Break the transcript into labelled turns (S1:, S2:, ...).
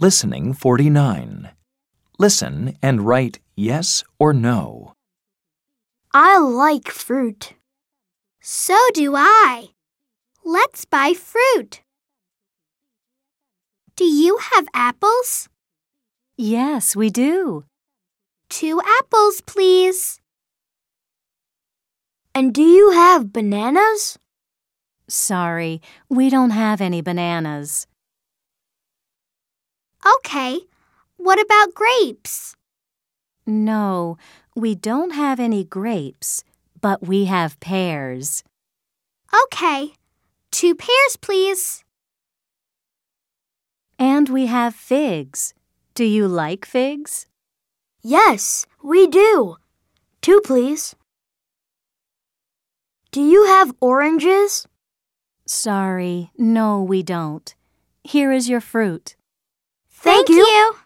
S1: Listening 49. Listen and write yes or no.
S2: I like fruit. So do I. Let's buy fruit. Do you have apples?
S3: Yes, we do.
S2: Two apples, please. And do you have bananas?
S3: Sorry, we don't have any bananas.
S2: Okay. What about grapes?
S3: No, we don't have any grapes, but we have pears.
S2: Okay. Two pears, please.
S3: And we have figs. Do you like figs?
S2: Yes, we do. Two, please. Do you have oranges?
S3: Sorry, no, we don't. Here is your fruit.
S2: Thank, you.